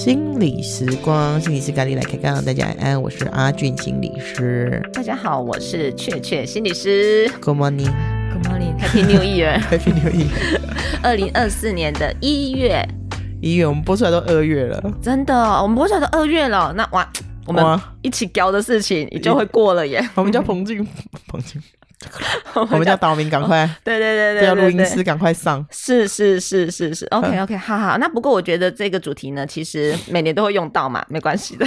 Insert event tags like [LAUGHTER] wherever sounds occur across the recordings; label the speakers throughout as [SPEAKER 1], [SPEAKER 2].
[SPEAKER 1] 心理时光，心理师咖喱来开杠，大家安安，我是阿俊心理师。
[SPEAKER 2] 大家好，我是雀雀心理师。
[SPEAKER 1] Good [LAUGHS] morning，
[SPEAKER 2] Good morning，Happy New Year！
[SPEAKER 1] Happy New Year！
[SPEAKER 2] [LAUGHS] 二零二四年的一月，
[SPEAKER 1] 一月我们播出来都二月了，
[SPEAKER 2] 真的，我们播出来都二月了，那哇，我们
[SPEAKER 1] 哇
[SPEAKER 2] 一起聊的事情就会过了耶。
[SPEAKER 1] 我们叫彭俊，彭俊，
[SPEAKER 2] [LAUGHS] 我
[SPEAKER 1] 我们叫岛民，赶快，
[SPEAKER 2] 对对 [LAUGHS] 对
[SPEAKER 1] 对
[SPEAKER 2] 对
[SPEAKER 1] 啊，录
[SPEAKER 2] 对
[SPEAKER 1] 音
[SPEAKER 2] 对，
[SPEAKER 1] 师赶快上。
[SPEAKER 2] 是是是是是，OK OK，好好。那不过我觉得这个主题呢，其实每年都会用到嘛，没关 [LAUGHS] 系的，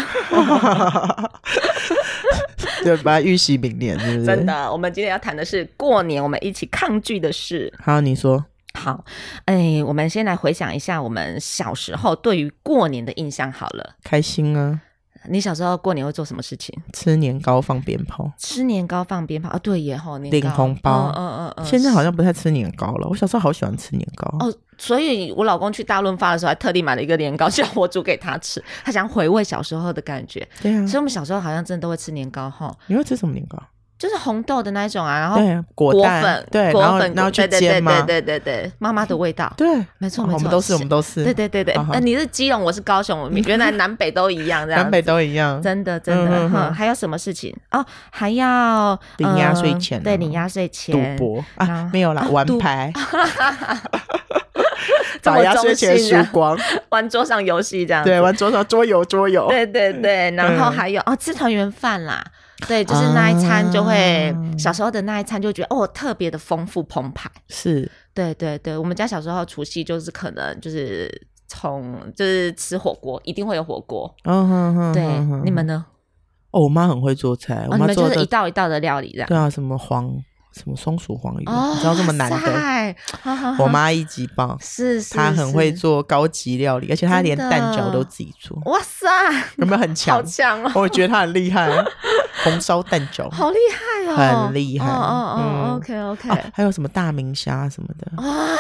[SPEAKER 1] 对，把它预习明年，是不是？
[SPEAKER 2] 真。的。我们今天要谈的是过年我们一起抗拒的事。
[SPEAKER 1] 好，你说，
[SPEAKER 2] 好，哎，我们先来回想一下我们小时候对于过年的印象好了。
[SPEAKER 1] 开心啊，
[SPEAKER 2] 你小时候过年会做什么事情？
[SPEAKER 1] 吃年糕放鞭炮。
[SPEAKER 2] 吃年糕、放鞭炮啊，对耶吼，年糕
[SPEAKER 1] 领红包
[SPEAKER 2] 嗯嗯嗯嗯。
[SPEAKER 1] 现在好
[SPEAKER 2] 像
[SPEAKER 1] 像不太吃年糕了，我小时候好喜欢吃年糕。
[SPEAKER 2] 哦，所以我老公去大润发的时候，还特地买了一个年糕，叫我煮给他吃，他想回味小时候的感觉。
[SPEAKER 1] 对啊
[SPEAKER 2] 所以，我们小时候好像真的都会吃年糕吼，
[SPEAKER 1] 你会吃什么年糕？
[SPEAKER 2] 就是红豆的那一种啊，然后
[SPEAKER 1] 对啊，果
[SPEAKER 2] 果
[SPEAKER 1] 蛋
[SPEAKER 2] 粉，，
[SPEAKER 1] 对，
[SPEAKER 2] 果
[SPEAKER 1] 然后
[SPEAKER 2] 粉，
[SPEAKER 1] 然后去
[SPEAKER 2] 对对
[SPEAKER 1] 煎嘛，
[SPEAKER 2] 对对对对对，妈妈的味道。
[SPEAKER 1] 对，
[SPEAKER 2] 没错
[SPEAKER 1] 哦
[SPEAKER 2] 没错
[SPEAKER 1] 我们都是，
[SPEAKER 2] 是
[SPEAKER 1] 我们都是，
[SPEAKER 2] 对对对对，
[SPEAKER 1] 好好
[SPEAKER 2] 呃你是基隆，我是高雄，我们原来
[SPEAKER 1] [LAUGHS]
[SPEAKER 2] 南北都一样，这样
[SPEAKER 1] 南
[SPEAKER 2] 子
[SPEAKER 1] 北都一样。
[SPEAKER 2] 真的真的，
[SPEAKER 1] 嗯嗯嗯
[SPEAKER 2] 哼，还有什么事情哦？还要
[SPEAKER 1] 领压岁
[SPEAKER 2] 呃
[SPEAKER 1] 钱啊
[SPEAKER 2] 对，领压岁
[SPEAKER 1] 赌
[SPEAKER 2] 钱，
[SPEAKER 1] 博
[SPEAKER 2] 然
[SPEAKER 1] 啊
[SPEAKER 2] 后，
[SPEAKER 1] 没有啦，
[SPEAKER 2] 啊
[SPEAKER 1] 玩
[SPEAKER 2] 赌
[SPEAKER 1] 牌，
[SPEAKER 2] [LAUGHS]
[SPEAKER 1] [LAUGHS]
[SPEAKER 2] 这
[SPEAKER 1] 把
[SPEAKER 2] 么
[SPEAKER 1] 压岁
[SPEAKER 2] 中
[SPEAKER 1] 钱
[SPEAKER 2] 性
[SPEAKER 1] 输
[SPEAKER 2] 啊
[SPEAKER 1] 光，
[SPEAKER 2] 玩桌上游戏这样子。
[SPEAKER 1] 对，玩桌上桌游桌游，
[SPEAKER 2] 对对对，然后还有、哦，吃团圆饭啦。对，就是那一餐就会，
[SPEAKER 1] 啊
[SPEAKER 2] 小时候的那一餐就觉得哦，特别的丰富澎湃。
[SPEAKER 1] 是
[SPEAKER 2] 对对对，我们家小时候除夕就是可能就是从就是吃火锅，一定会有火锅。
[SPEAKER 1] 嗯哼哼，
[SPEAKER 2] 对
[SPEAKER 1] 哼，哼
[SPEAKER 2] 你们呢？
[SPEAKER 1] 哦，我妈很会做菜，我
[SPEAKER 2] 哦，你
[SPEAKER 1] 妈
[SPEAKER 2] 们
[SPEAKER 1] 做
[SPEAKER 2] 就是一
[SPEAKER 1] 的
[SPEAKER 2] 道一道的料理这样。
[SPEAKER 1] 对啊，什么黄什么松鼠黄鱼，
[SPEAKER 2] 哦，
[SPEAKER 1] 嗯你知道这么难的，
[SPEAKER 2] 的？好好好
[SPEAKER 1] 我妈一级棒，
[SPEAKER 2] 是是，
[SPEAKER 1] 她很会
[SPEAKER 2] 是。
[SPEAKER 1] 做高级料理，而且她
[SPEAKER 2] 真
[SPEAKER 1] 连
[SPEAKER 2] 的
[SPEAKER 1] 蛋饺都自己做，
[SPEAKER 2] 哇塞，
[SPEAKER 1] 有没有很
[SPEAKER 2] 好
[SPEAKER 1] 强？
[SPEAKER 2] 强哦，
[SPEAKER 1] 我觉得她很厉害，哦
[SPEAKER 2] [LAUGHS]
[SPEAKER 1] 红烧蛋饺啊
[SPEAKER 2] 好厉害哦，
[SPEAKER 1] 很厉害
[SPEAKER 2] 哦哦哦
[SPEAKER 1] 嗯
[SPEAKER 2] ，OK OK，
[SPEAKER 1] 啊，还有什么大明虾什么的，
[SPEAKER 2] 哇，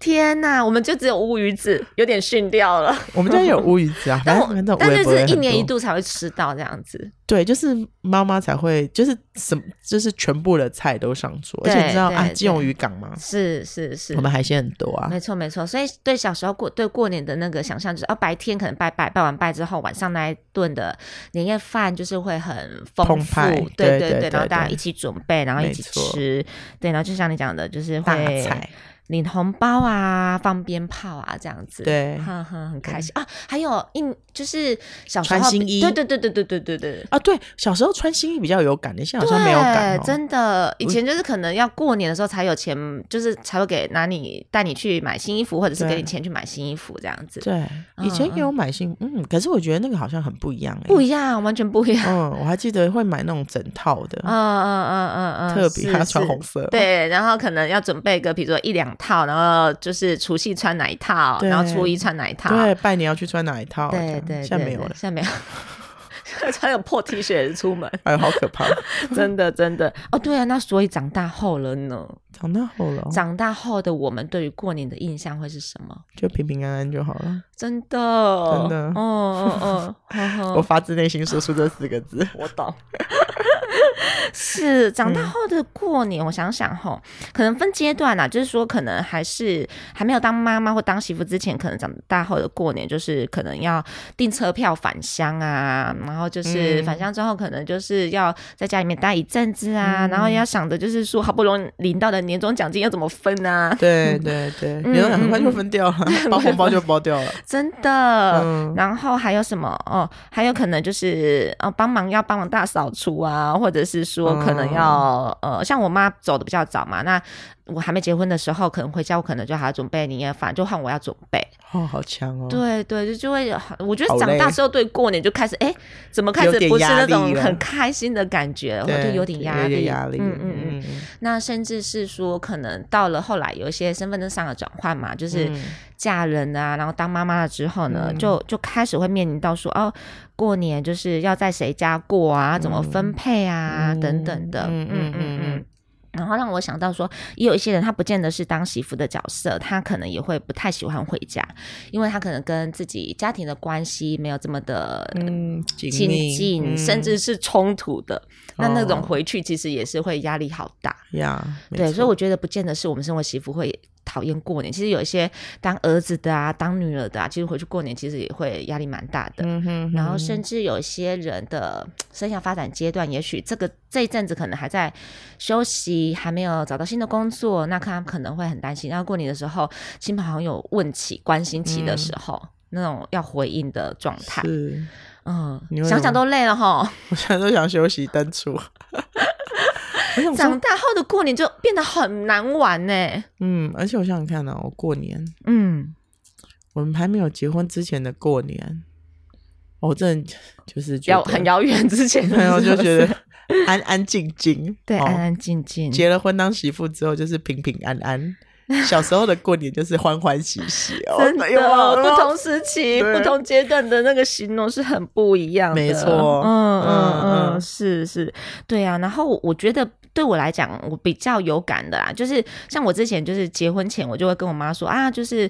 [SPEAKER 2] 天哪！我们就只有乌鱼子，有点逊掉了。
[SPEAKER 1] 我们家也有乌鱼
[SPEAKER 2] [LAUGHS]
[SPEAKER 1] 子啊，
[SPEAKER 2] 但
[SPEAKER 1] 反
[SPEAKER 2] 我
[SPEAKER 1] 正反正
[SPEAKER 2] 但
[SPEAKER 1] 微
[SPEAKER 2] 就
[SPEAKER 1] 波也
[SPEAKER 2] 是一
[SPEAKER 1] 很
[SPEAKER 2] 年
[SPEAKER 1] 多
[SPEAKER 2] 一度才会吃到这样子。
[SPEAKER 1] 对，就是妈妈才会，就是什么，就是全部的菜都上桌，而
[SPEAKER 2] 对
[SPEAKER 1] 且你知道啊，
[SPEAKER 2] 对
[SPEAKER 1] 金融渔港嘛，
[SPEAKER 2] 是是是
[SPEAKER 1] 我，们海鲜很多啊，
[SPEAKER 2] 没错没错。所以对小时候过对过年的那个想象，就是哦，白天可能拜拜，拜完拜之后，晚上那一顿的年夜饭就是会很丰
[SPEAKER 1] 澎
[SPEAKER 2] 富
[SPEAKER 1] 湃，对
[SPEAKER 2] 对
[SPEAKER 1] 对对
[SPEAKER 2] 然后大家
[SPEAKER 1] 对
[SPEAKER 2] 一起准备，然后一
[SPEAKER 1] 没
[SPEAKER 2] 起
[SPEAKER 1] 错
[SPEAKER 2] 吃，对，然后就像你讲的，就是
[SPEAKER 1] 大
[SPEAKER 2] 会
[SPEAKER 1] 菜，
[SPEAKER 2] 领红包啊，放鞭炮啊，这样子，
[SPEAKER 1] 对
[SPEAKER 2] 哼哼，很开心啊。还有一就是小时候
[SPEAKER 1] 穿新衣
[SPEAKER 2] 对对对对对对对对。
[SPEAKER 1] 啊，对，小时候穿新衣比较有感的，现在好像
[SPEAKER 2] 对，
[SPEAKER 1] 没有感哦。
[SPEAKER 2] 真的，以前就是可能要过年的时候才有钱，就是才会给拿你带你去买新衣服，或者是
[SPEAKER 1] 对
[SPEAKER 2] 给你钱去买新衣服这样子，
[SPEAKER 1] 对，以前也有买新，嗯，可是我觉得那个好像很不一样哎、
[SPEAKER 2] 不一样，啊完全不一样。
[SPEAKER 1] 嗯，我还记得会买那种整套的，
[SPEAKER 2] 嗯嗯嗯嗯嗯，
[SPEAKER 1] 特别
[SPEAKER 2] 是
[SPEAKER 1] 还要穿
[SPEAKER 2] 是
[SPEAKER 1] 红色，
[SPEAKER 2] 对，然后可能要准备个，比如说一两套，然后就是除夕穿哪一套，
[SPEAKER 1] 对
[SPEAKER 2] 然后初一穿哪一套，
[SPEAKER 1] 对，拜年要去穿哪一套？这
[SPEAKER 2] 对
[SPEAKER 1] 样
[SPEAKER 2] 对，
[SPEAKER 1] 现在
[SPEAKER 2] 对
[SPEAKER 1] 没有
[SPEAKER 2] 对
[SPEAKER 1] 了，
[SPEAKER 2] 现在没有。 [LAUGHS] 穿个破 T 恤
[SPEAKER 1] [LAUGHS]
[SPEAKER 2] 出门，
[SPEAKER 1] 哎呦，好可
[SPEAKER 2] [LAUGHS]
[SPEAKER 1] 怕！
[SPEAKER 2] 真的真的哦，对啊，那所以长大后了呢？
[SPEAKER 1] 长大后了哦，
[SPEAKER 2] 长大后的我们对于过年的印象会是什么？
[SPEAKER 1] 就平平安安就好了。
[SPEAKER 2] 真的，
[SPEAKER 1] 真的 [LAUGHS]
[SPEAKER 2] 哦哦哦，呵呵
[SPEAKER 1] 我发自内心说出这四个字，
[SPEAKER 2] 我懂。 [LAUGHS] 是长
[SPEAKER 1] 嗯
[SPEAKER 2] 大后的过年，我想想吼，可能分阶段啊啦，就是说，可能还是还没有当妈妈或当媳妇之前，可能长大后的过年就是可能要订车票返乡啊，然后就是
[SPEAKER 1] 嗯
[SPEAKER 2] 返乡之后，可能就是要在家里面待一阵子啊，
[SPEAKER 1] 嗯
[SPEAKER 2] 然后要想着就是说，好不容易领到的年终奖金要怎么分啊，
[SPEAKER 1] 对对对，你嗯
[SPEAKER 2] 嗯
[SPEAKER 1] 有很快就分
[SPEAKER 2] [LAUGHS]
[SPEAKER 1] 掉了，包红包就包掉了。
[SPEAKER 2] 真的。
[SPEAKER 1] 嗯
[SPEAKER 2] 然后还有什么哦？还有可能就是哦，帮忙要帮忙大扫除啊，或者是说可
[SPEAKER 1] 嗯
[SPEAKER 2] 能要、呃，像我妈走的比较早嘛，那我还没结婚的时候，可能回家我可能就还要准备年夜饭，就换我要准备。
[SPEAKER 1] 哦，好强哦！
[SPEAKER 2] 对对，就就会我觉
[SPEAKER 1] 好
[SPEAKER 2] 得长
[SPEAKER 1] 累啊
[SPEAKER 2] 大之后对过年就开始哎，怎么开
[SPEAKER 1] 有
[SPEAKER 2] 始
[SPEAKER 1] 点
[SPEAKER 2] 不是
[SPEAKER 1] 压
[SPEAKER 2] 那种
[SPEAKER 1] 力了
[SPEAKER 2] 很开心的感
[SPEAKER 1] [LAUGHS]
[SPEAKER 2] 觉，我
[SPEAKER 1] 对，
[SPEAKER 2] 哦就有点压力，
[SPEAKER 1] 压力。
[SPEAKER 2] 嗯嗯嗯。那甚至是说，可能到了后来有一些身份证上的转换嘛，就是
[SPEAKER 1] 嗯
[SPEAKER 2] 嫁人啊，然后当妈妈了之后呢，
[SPEAKER 1] 嗯
[SPEAKER 2] 就就开始会面临到说，哦，过年就是要在谁家过啊，怎么分配啊，
[SPEAKER 1] 嗯
[SPEAKER 2] 等等的，
[SPEAKER 1] 嗯
[SPEAKER 2] 嗯
[SPEAKER 1] 嗯
[SPEAKER 2] 嗯
[SPEAKER 1] 嗯
[SPEAKER 2] 嗯。然后让我想到说，也有一些人他不见得是当媳妇的角色，他可能也会不太喜欢回家，因为他可能跟自己家庭的关系没有这么的
[SPEAKER 1] 嗯，
[SPEAKER 2] 亲近，
[SPEAKER 1] 嗯
[SPEAKER 2] 甚至是冲突的。那那种
[SPEAKER 1] 哦
[SPEAKER 2] 回去其实也是会压力好大。
[SPEAKER 1] 呀，没
[SPEAKER 2] 对，所以
[SPEAKER 1] 错
[SPEAKER 2] 我觉得不见得是我们身为媳妇会讨厌过年，其实有一些当儿子的啊，当女儿的啊，其实回去过年其实也会压力蛮大的。
[SPEAKER 1] 嗯哼，
[SPEAKER 2] 然后
[SPEAKER 1] 嗯
[SPEAKER 2] 甚至有一些人的生涯发展阶段，也许这个这一阵子可能还在休息，还没有找到新的工作，那他可能会很担心。然后过年的时候，亲朋好友问起、关心起的时候，那种要回应的状态，
[SPEAKER 1] 嗯是，
[SPEAKER 2] 嗯
[SPEAKER 1] 你，会
[SPEAKER 2] 想想
[SPEAKER 1] 有
[SPEAKER 2] 都累了哈。
[SPEAKER 1] 我现在都想休息登 [LAUGHS] 出。我想
[SPEAKER 2] 长
[SPEAKER 1] 说，
[SPEAKER 2] 大后的过年就变得很难玩呢、
[SPEAKER 1] 嗯，而且我想想看呢、我过年，
[SPEAKER 2] 嗯，
[SPEAKER 1] 我们还没有结婚之前的过年，我真的就是觉
[SPEAKER 2] 遥
[SPEAKER 1] 得
[SPEAKER 2] 很，遥远之前的
[SPEAKER 1] 朋 [LAUGHS]
[SPEAKER 2] 时候
[SPEAKER 1] 友
[SPEAKER 2] 是，
[SPEAKER 1] 就觉得安安静静，
[SPEAKER 2] [LAUGHS] 对，
[SPEAKER 1] 哦
[SPEAKER 2] 安安静静。
[SPEAKER 1] 结了婚当媳妇之后就是平平安
[SPEAKER 2] [LAUGHS]
[SPEAKER 1] 安。小时候的过年就是欢欢喜喜哦，
[SPEAKER 2] 真
[SPEAKER 1] 哎呦
[SPEAKER 2] 的，不同时期、
[SPEAKER 1] 对
[SPEAKER 2] 不同阶段的那个形容是很不一样的。
[SPEAKER 1] 没错
[SPEAKER 2] 嗯嗯
[SPEAKER 1] 嗯
[SPEAKER 2] 嗯，
[SPEAKER 1] 嗯
[SPEAKER 2] 是是，对啊。然后我觉得对我来讲，我比较有感的啦，就是像我之前就是结婚前，我就会跟我妈说啊，就是。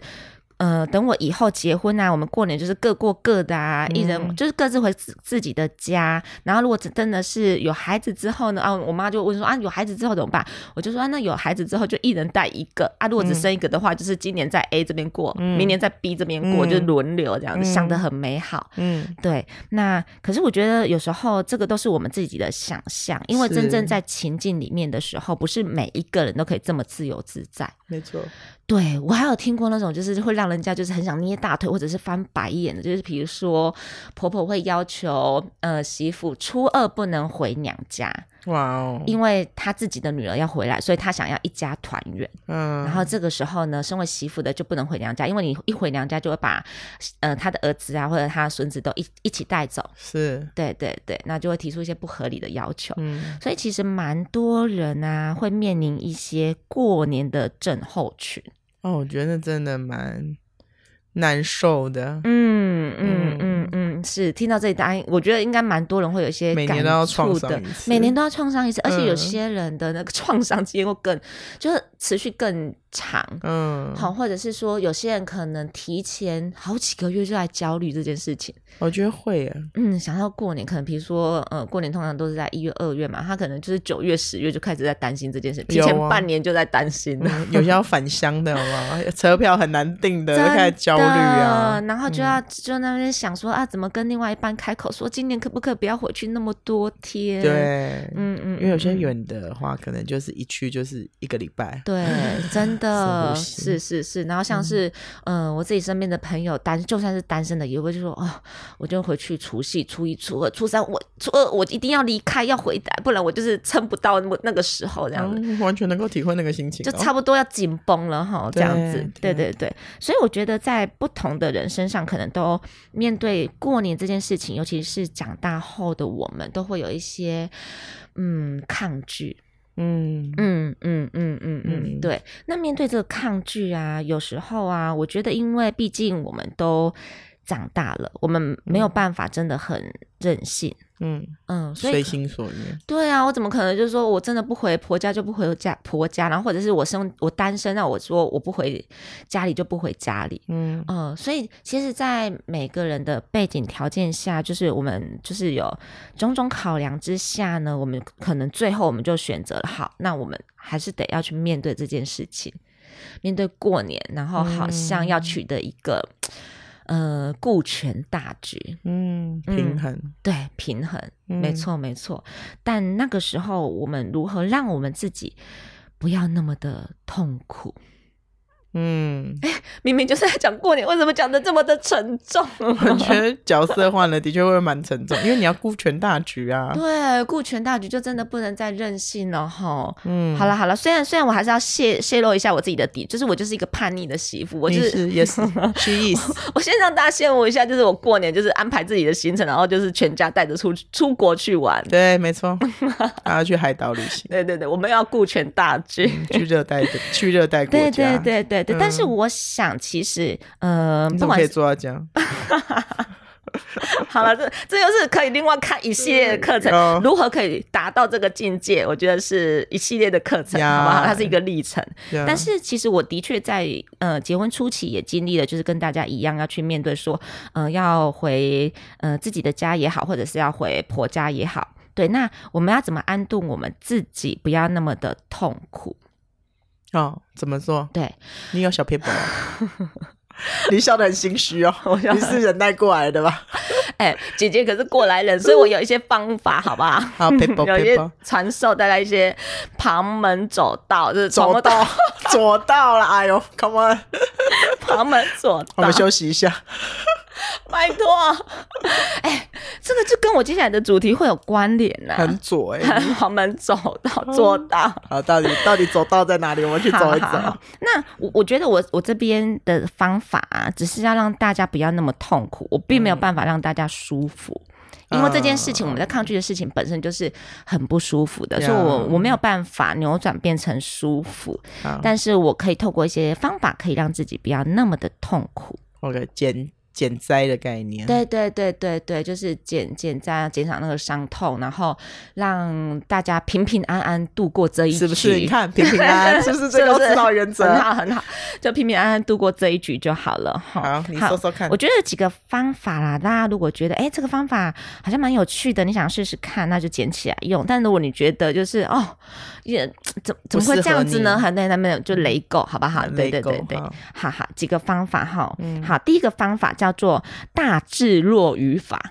[SPEAKER 2] 呃，等我以后结婚啊，我们过年就是各过各的啊，一人
[SPEAKER 1] 嗯
[SPEAKER 2] 就是各自回自自己的家。然后如果真的是有孩子之后呢，啊，我妈就问说啊，有孩子之后怎么办？我就说、啊、那有孩子之后就一人带一个啊，如果只生一个的话，就是今年在 A 这边过，
[SPEAKER 1] 嗯
[SPEAKER 2] 明年在 B 这边过，
[SPEAKER 1] 嗯
[SPEAKER 2] 就轮流这样子，
[SPEAKER 1] 嗯
[SPEAKER 2] 想得很美好。
[SPEAKER 1] 嗯，
[SPEAKER 2] 对，那可是我觉得有时候这个都是我们自己的想象，因为
[SPEAKER 1] 是
[SPEAKER 2] 真正在情境里面的时候，不是每一个人都可以这么自由自在。
[SPEAKER 1] 没错，
[SPEAKER 2] 对我还有听过那种就是会让人家就是很想捏大腿或者是翻白眼的，就是比如说婆婆会要求呃媳妇初二不能回娘家，
[SPEAKER 1] 哇哦，
[SPEAKER 2] 因为她自己的女儿要回来，所以她想要一家团圆。
[SPEAKER 1] 嗯，
[SPEAKER 2] 然后这个时候呢，身为媳妇的就不能回娘家，因为你一回娘家就会把，呃，他的儿子啊或者他的孙子都一一起带走。
[SPEAKER 1] 是，
[SPEAKER 2] 对对对，那就会提出一些不合理的要求。
[SPEAKER 1] 嗯，
[SPEAKER 2] 所以其实蛮多人啊会面临一些过年的症候群。
[SPEAKER 1] 哦，我觉得真的蛮难受的，
[SPEAKER 2] 嗯嗯嗯
[SPEAKER 1] 嗯
[SPEAKER 2] 嗯，是听到这里，答案我觉得应该蛮多人会有一些
[SPEAKER 1] 每年
[SPEAKER 2] 感
[SPEAKER 1] 都要
[SPEAKER 2] 触
[SPEAKER 1] 创伤
[SPEAKER 2] 的
[SPEAKER 1] 一次
[SPEAKER 2] 每年都要创伤一次，而且有
[SPEAKER 1] 嗯
[SPEAKER 2] 些人的那个创伤经过更就是持续更长。
[SPEAKER 1] 嗯，
[SPEAKER 2] 好，或者是说有些人可能提前好几个月就在焦虑这件事情。
[SPEAKER 1] 我觉得会耶，
[SPEAKER 2] 嗯，想到过年，可能比如说，呃，过年通常都是在一月、二月嘛，他可能就是九月、十月就开始在担心这件事，提
[SPEAKER 1] 有
[SPEAKER 2] 前
[SPEAKER 1] 啊
[SPEAKER 2] 半年就在担心了。
[SPEAKER 1] 嗯有些要返乡的，好不
[SPEAKER 2] [LAUGHS]
[SPEAKER 1] 好？车票很难订的，就
[SPEAKER 2] 真
[SPEAKER 1] 开始焦虑啊
[SPEAKER 2] 的。然后就要、就那边想说啊，怎么跟另外一半开口说今年可不可以不要回去那么多天？，
[SPEAKER 1] 对，
[SPEAKER 2] 嗯嗯，
[SPEAKER 1] 因为有些
[SPEAKER 2] 嗯
[SPEAKER 1] 远的话，可能就是一去就是一个礼拜。
[SPEAKER 2] 对，真 [LAUGHS] 的
[SPEAKER 1] 深呼吸
[SPEAKER 2] 是是是，然后像是嗯、呃我自己身边的朋友单，就算是单身的，也会就说哦，我就回去除夕、初一、初二、初三，我初二我一定要离开，要回来，不然我就是撑不到那么那个时候这样子。
[SPEAKER 1] 嗯完全能够体会那个心情
[SPEAKER 2] 啊就
[SPEAKER 1] 哦，
[SPEAKER 2] 差不多要紧绷了哈，这样子，对
[SPEAKER 1] 对
[SPEAKER 2] 对对，所以我觉得在不同的人身上，可能都面对过年这件事情，尤其是长大后的我们，都会有一些嗯抗拒，
[SPEAKER 1] 嗯
[SPEAKER 2] 嗯嗯嗯嗯嗯，
[SPEAKER 1] 嗯
[SPEAKER 2] 对。那面对这个抗拒啊，有时候啊，我觉得因为毕竟我们都长大了，我们没有办法真的很任性，
[SPEAKER 1] 嗯，
[SPEAKER 2] 嗯，所
[SPEAKER 1] 随
[SPEAKER 2] 以
[SPEAKER 1] 心所欲，
[SPEAKER 2] 对啊，我怎么可能就是说我真的不回婆家就不回家婆家，然后或者是我生我单身，那我说我不回家里就不回家里，
[SPEAKER 1] 嗯
[SPEAKER 2] 嗯，所以其实，在每个人的背景条件下，就是我们就是有种种考量之下呢，我们可能最后我们就选择了好，那我们还是得要去面对这件事情，面对过年，然后好像要取得一个、呃顾全大局，
[SPEAKER 1] 嗯，
[SPEAKER 2] 嗯
[SPEAKER 1] 平衡，
[SPEAKER 2] 对平衡，
[SPEAKER 1] 嗯
[SPEAKER 2] 没，错没错。但那个时候，我们如何让我们自己不要那么的痛苦？ [LAUGHS]
[SPEAKER 1] 嗯，
[SPEAKER 2] 明明就是在讲过年，为什么讲的这么的沉重？ [LAUGHS]
[SPEAKER 1] 我觉得角色换了的确会蛮沉重，因为你要顾全大局啊，
[SPEAKER 2] [LAUGHS] 对，顾全大局就真的不能再任性了哈。
[SPEAKER 1] 嗯，
[SPEAKER 2] 好了好了，虽然虽然我还是要泄泄露一下我自己的底，就是我就是一个叛逆的媳妇，我就
[SPEAKER 1] 你
[SPEAKER 2] 是
[SPEAKER 1] 是
[SPEAKER 2] [LAUGHS]
[SPEAKER 1] 也是，she is， [LAUGHS]
[SPEAKER 2] 我先让大家羡慕一下，就是我过年就是安排自己的行程，然后就是全家带着出去出国去玩。
[SPEAKER 1] 对，没
[SPEAKER 2] [LAUGHS]
[SPEAKER 1] 错，然后去海岛旅行，
[SPEAKER 2] 对对对，我们要顾全大局。
[SPEAKER 1] 去热带 [LAUGHS] 的，去热带嗯国
[SPEAKER 2] 对对
[SPEAKER 1] 家，
[SPEAKER 2] 对对对，但是
[SPEAKER 1] 嗯
[SPEAKER 2] 我想，其实，呃，
[SPEAKER 1] 你
[SPEAKER 2] 不
[SPEAKER 1] 怎么
[SPEAKER 2] [LAUGHS] 管
[SPEAKER 1] 可以
[SPEAKER 2] 是
[SPEAKER 1] 做到这样？
[SPEAKER 2] 好了，这这就是可以另外看一系列的课程，
[SPEAKER 1] 嗯
[SPEAKER 2] 如何可以达到这个境界，我觉得是一系列的课程，
[SPEAKER 1] 呀
[SPEAKER 2] 好不好？它是一个历程。
[SPEAKER 1] 对啊
[SPEAKER 2] 但是其实我的确在呃结婚初期也经历了，就是跟大家一样要去面对说，呃，要回呃自己的家也好，或者是要回婆家也好。对，那我们要怎么安顿我们自己，不要那么的痛苦？
[SPEAKER 1] 哦，怎么做？
[SPEAKER 2] 对，
[SPEAKER 1] [LAUGHS] 你有小 paper？哦
[SPEAKER 2] [LAUGHS]
[SPEAKER 1] 你笑得很心虚哦，
[SPEAKER 2] 我笑
[SPEAKER 1] 你
[SPEAKER 2] 得
[SPEAKER 1] 是忍耐过来的吧？
[SPEAKER 2] [LAUGHS] 哎、姐姐可是过来人，所以我有一些方法，好不好？
[SPEAKER 1] 好，paper [LAUGHS]
[SPEAKER 2] [LAUGHS] 有一
[SPEAKER 1] paper
[SPEAKER 2] 些。传授大家一些旁门左道，就是从
[SPEAKER 1] 走到左道了，哎呦，Come on，
[SPEAKER 2] [LAUGHS] 旁门左
[SPEAKER 1] 我
[SPEAKER 2] 道
[SPEAKER 1] 们，休息一下。
[SPEAKER 2] 拜托，哎、这个就跟我接下来的主题会有关联啊呐、
[SPEAKER 1] 很左哎、
[SPEAKER 2] [LAUGHS] 旁门左道，左道。
[SPEAKER 1] 好，到底到底走道在哪里？我们 [LAUGHS] 去走一
[SPEAKER 2] 好好
[SPEAKER 1] 走
[SPEAKER 2] 好。那我我觉得我我这边的方法、啊，只是要让大家不要那么痛苦，我并没有办法让大家舒服。
[SPEAKER 1] 嗯
[SPEAKER 2] 因为这件事情，我们在抗拒的事情本身就是很不舒服的，
[SPEAKER 1] Yeah
[SPEAKER 2] 所以我我没有办法扭转变成舒服，
[SPEAKER 1] 好
[SPEAKER 2] 但是我可以透过一些方法，可以让自己不要那么的痛
[SPEAKER 1] 嗯
[SPEAKER 2] 苦。
[SPEAKER 1] ，OK，减减灾的概念。
[SPEAKER 2] 对对对对对，就是减减在减少那个伤痛，然后让大家平平安安度过这一局，
[SPEAKER 1] 是不是？你看平平安 [LAUGHS]
[SPEAKER 2] [LAUGHS]
[SPEAKER 1] 安，是不是这个
[SPEAKER 2] 是不是
[SPEAKER 1] 指导原则？
[SPEAKER 2] 很好很好，就平平安安度过这一局就好了哈。
[SPEAKER 1] 好，你说说看
[SPEAKER 2] 我。觉得几个方法啦，大家如果觉得哎、诶这个方法好像蛮有趣的，你想试试看，那就捡起来用。但如果你觉得就是哦，也怎怎么会这样子呢？
[SPEAKER 1] 不适合你
[SPEAKER 2] 很对，那没有就雷够，好不好？对对对
[SPEAKER 1] 雷够
[SPEAKER 2] 对
[SPEAKER 1] 好，
[SPEAKER 2] 好好几个方法哈。好，第一个方法叫做大智若愚法，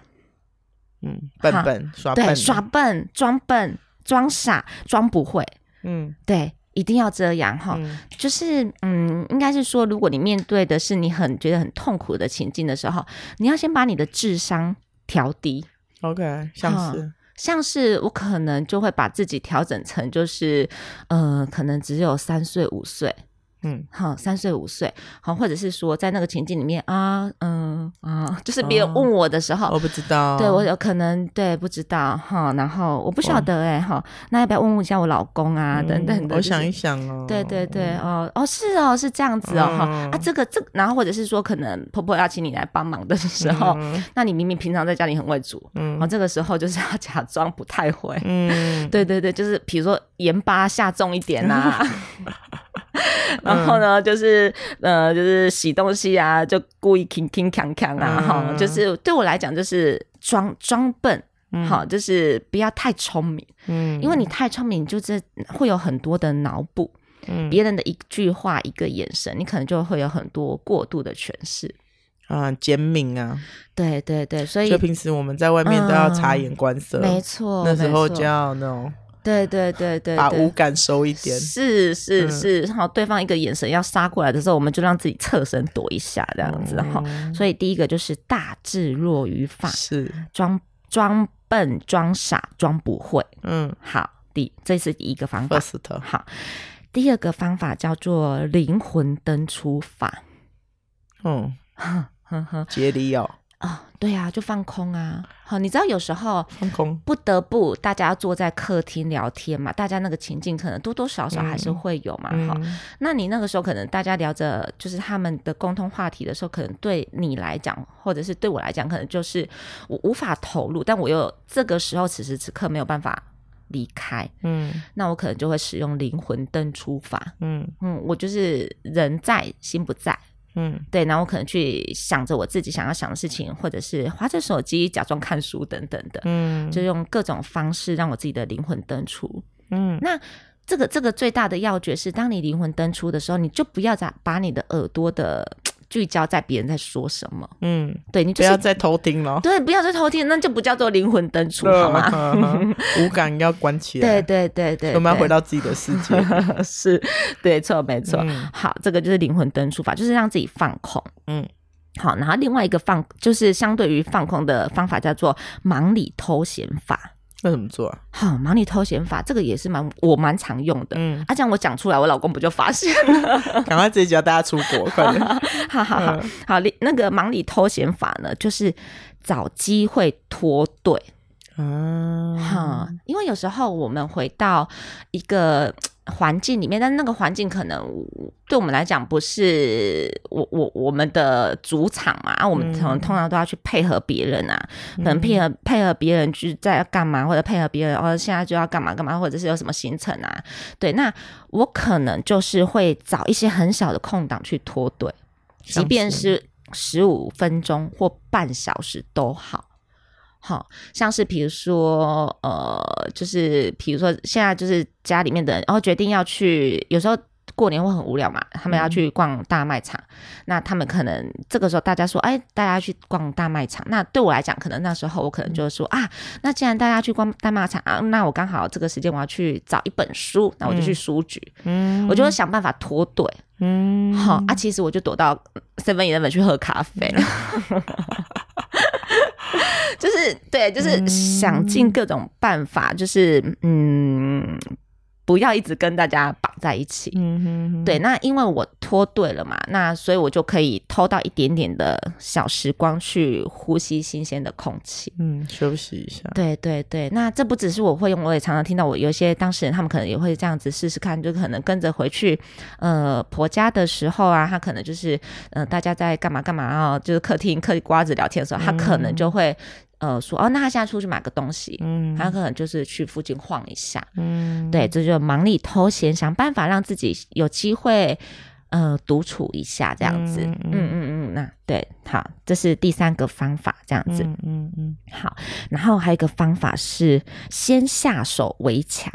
[SPEAKER 1] 嗯，笨笨耍
[SPEAKER 2] 对，
[SPEAKER 1] 笨，
[SPEAKER 2] 耍笨、装笨、装傻、装不会，
[SPEAKER 1] 嗯
[SPEAKER 2] 对，一定要这样哈。
[SPEAKER 1] 嗯
[SPEAKER 2] 就是嗯，应该是说，如果你面对的是你很觉得很痛苦的情境的时候，你要先把你的智商调低。
[SPEAKER 1] ，OK，像是
[SPEAKER 2] 像是我可能就会把自己调整成就是，呃，可能只有三岁五岁，
[SPEAKER 1] 嗯，
[SPEAKER 2] 好，三岁五岁，好，或者是说在那个情境里面啊，嗯啊， [LAUGHS] 就是别
[SPEAKER 1] 哦
[SPEAKER 2] 人问我的时候，
[SPEAKER 1] 我不知道，
[SPEAKER 2] 对我有可能对不知道哈，然后我不晓得哎、哈，那要不要问一下我老公啊、
[SPEAKER 1] 哦嗯
[SPEAKER 2] 等等的，
[SPEAKER 1] 我
[SPEAKER 2] 就是
[SPEAKER 1] 想一想哦，
[SPEAKER 2] 对对对，哦哦是哦是这样子哦哈、
[SPEAKER 1] 嗯
[SPEAKER 2] 啊这个这个然后或者是说可能婆婆要请你来帮忙的时候，
[SPEAKER 1] 嗯
[SPEAKER 2] 那你明明平常在家里很会煮，然后
[SPEAKER 1] 嗯
[SPEAKER 2] 这个时候就是要假装不太会，
[SPEAKER 1] 嗯，
[SPEAKER 2] [LAUGHS] 对对对，就是比如说盐巴下重一点呐、
[SPEAKER 1] [LAUGHS]
[SPEAKER 2] 然
[SPEAKER 1] 嗯
[SPEAKER 2] 后呢，就是呃，就是洗东西啊，就故意铿铿锵锵啊，
[SPEAKER 1] 嗯
[SPEAKER 2] 哈、就是对我来讲就是装装笨，好、就是不要太聪明，
[SPEAKER 1] 嗯，
[SPEAKER 2] 因为你太聪明，你就是会有很多的脑补，
[SPEAKER 1] 嗯
[SPEAKER 2] 别人的一句话、一个眼神，你可能就会有很多过度的诠释。
[SPEAKER 1] 啊减敏啊，
[SPEAKER 2] 对对对，所以嗯
[SPEAKER 1] 就平时我们在外面都要察言观色，
[SPEAKER 2] 没错，
[SPEAKER 1] 那时候
[SPEAKER 2] 没错
[SPEAKER 1] 就要那种
[SPEAKER 2] 对对对对
[SPEAKER 1] 把
[SPEAKER 2] 对
[SPEAKER 1] 五感收一点，
[SPEAKER 2] 是是
[SPEAKER 1] 嗯
[SPEAKER 2] 是，然后对方一个眼神要杀过来的时候，我们就让自己侧身躲一下，这样子哈。
[SPEAKER 1] 哦
[SPEAKER 2] 所以第一个就是大智若愚法，
[SPEAKER 1] 是，
[SPEAKER 2] 装装笨、装傻、装不会。
[SPEAKER 1] 嗯
[SPEAKER 2] 好，第这是第一个方法。
[SPEAKER 1] ，first，
[SPEAKER 2] 好，第二个方法叫做灵魂登出法。
[SPEAKER 1] 嗯，
[SPEAKER 2] 呵呵，
[SPEAKER 1] 杰里哦，
[SPEAKER 2] 哦，对啊，就放空啊。好，你知道有时候
[SPEAKER 1] 放空，
[SPEAKER 2] 不得不大家坐在客厅聊天嘛，大家那个情境可能多多少少还是会有嘛，哈、
[SPEAKER 1] 嗯
[SPEAKER 2] 那你那个时候可能大家聊着就是他们的共同话题的时候，可能对你来讲，或者是对我来讲，可能就是我无法投入，但我又这个时候此时此刻没有办法离开，
[SPEAKER 1] 嗯
[SPEAKER 2] 那我可能就会使用灵魂灯出法。
[SPEAKER 1] 嗯
[SPEAKER 2] 嗯，我就是人在心不在，
[SPEAKER 1] 嗯
[SPEAKER 2] 对，然后我可能去想着我自己想要想的事情，或者是划着手机假装看书等等的，
[SPEAKER 1] 嗯
[SPEAKER 2] 就用各种方式让我自己的灵魂登出。
[SPEAKER 1] 嗯
[SPEAKER 2] 那这个这个最大的要诀是，当你灵魂登出的时候，你就不要再把你的耳朵的聚焦在别人在说什么，
[SPEAKER 1] 嗯，
[SPEAKER 2] 对你
[SPEAKER 1] 不
[SPEAKER 2] 就是
[SPEAKER 1] 要再偷听了。
[SPEAKER 2] 对，不要再偷听，那就不叫做灵魂登出，好
[SPEAKER 1] [LAUGHS]
[SPEAKER 2] 吗？
[SPEAKER 1] 嗯嗯嗯五感要关起
[SPEAKER 2] 对
[SPEAKER 1] 来，
[SPEAKER 2] 对对对，
[SPEAKER 1] 我们要
[SPEAKER 2] 对
[SPEAKER 1] 回到自己的世界。
[SPEAKER 2] [LAUGHS] 是，对，错没错。
[SPEAKER 1] 嗯
[SPEAKER 2] 好，这个就是灵魂登出法，就是让自己放空。
[SPEAKER 1] 嗯，
[SPEAKER 2] 好，然后另外一个放就是相对于放空的方法叫做忙里偷闲法。
[SPEAKER 1] 那怎么做啊？
[SPEAKER 2] 好，忙里偷闲法这个也是蛮我蛮常用的。
[SPEAKER 1] 嗯
[SPEAKER 2] 啊，这样我讲出来，我老公不就
[SPEAKER 1] [LAUGHS]
[SPEAKER 2] 发现了？
[SPEAKER 1] 赶快这一集要带他出国，快 [LAUGHS] 点！
[SPEAKER 2] 好好好好，另那个忙里偷闲法呢，就是找机会脱队
[SPEAKER 1] 啊，
[SPEAKER 2] 哈、因为有时候我们回到一个环境里面，但那个环境可能对我们来讲不是我我我们的主场嘛，啊，我们通通常都要去配合别人啊，可能配合配合别人去在干嘛，或者配合别人哦，现在就要干嘛干嘛，或者是有什么行程啊，对，那我可能就是会找一些很小的空档去脱队，
[SPEAKER 1] 像
[SPEAKER 2] 即便
[SPEAKER 1] 是
[SPEAKER 2] 是十五分钟或半小时都好。好，像是比如说，呃，就是比如说，现在就是家里面的人，然、后决定要去，有时候过年会很无聊嘛，他们要去逛大卖场，那他们可能这个时候大家说，哎，大家去逛大卖场，那对我来讲，可能那时候我可能就会说、啊，那既然大家去逛大卖场啊，那我刚好这个时间我要去找一本书，那我就去书局，
[SPEAKER 1] 嗯
[SPEAKER 2] 我就会想办法脱队，
[SPEAKER 1] 嗯
[SPEAKER 2] 好、啊，其实我就躲到 Seven Eleven 去喝咖啡，
[SPEAKER 1] 嗯
[SPEAKER 2] [LAUGHS] 就是对，
[SPEAKER 1] 嗯
[SPEAKER 2] 就是想尽各种办法，就是嗯，不要一直跟大家绑在一起。
[SPEAKER 1] 嗯哼哼，
[SPEAKER 2] 对，那因为我脱队了嘛，那所以我就可以偷到一点点的小时光去呼吸新鲜的空气。
[SPEAKER 1] 嗯，休息一下，
[SPEAKER 2] 对对对，那这不只是我会用，我也常常听到我有一些当事人，他们可能也会这样子试试看，就可能跟着回去，呃，婆家的时候啊，他可能就是，呃，大家在干嘛干嘛啊，就是客厅嗑瓜子聊天的时候，他可能就会，呃，说，哦，那他现在出去买个东西，
[SPEAKER 1] 嗯
[SPEAKER 2] 他可能就是去附近晃一下，
[SPEAKER 1] 嗯，
[SPEAKER 2] 对，这就是忙里偷闲，想办法让自己有机会，呃，独处一下这样子，
[SPEAKER 1] 嗯
[SPEAKER 2] 嗯
[SPEAKER 1] 嗯嗯
[SPEAKER 2] 嗯嗯，那对，好，这是第三个方法，这样子，
[SPEAKER 1] 嗯嗯嗯，
[SPEAKER 2] 好，然后还有一个方法是先下手为强，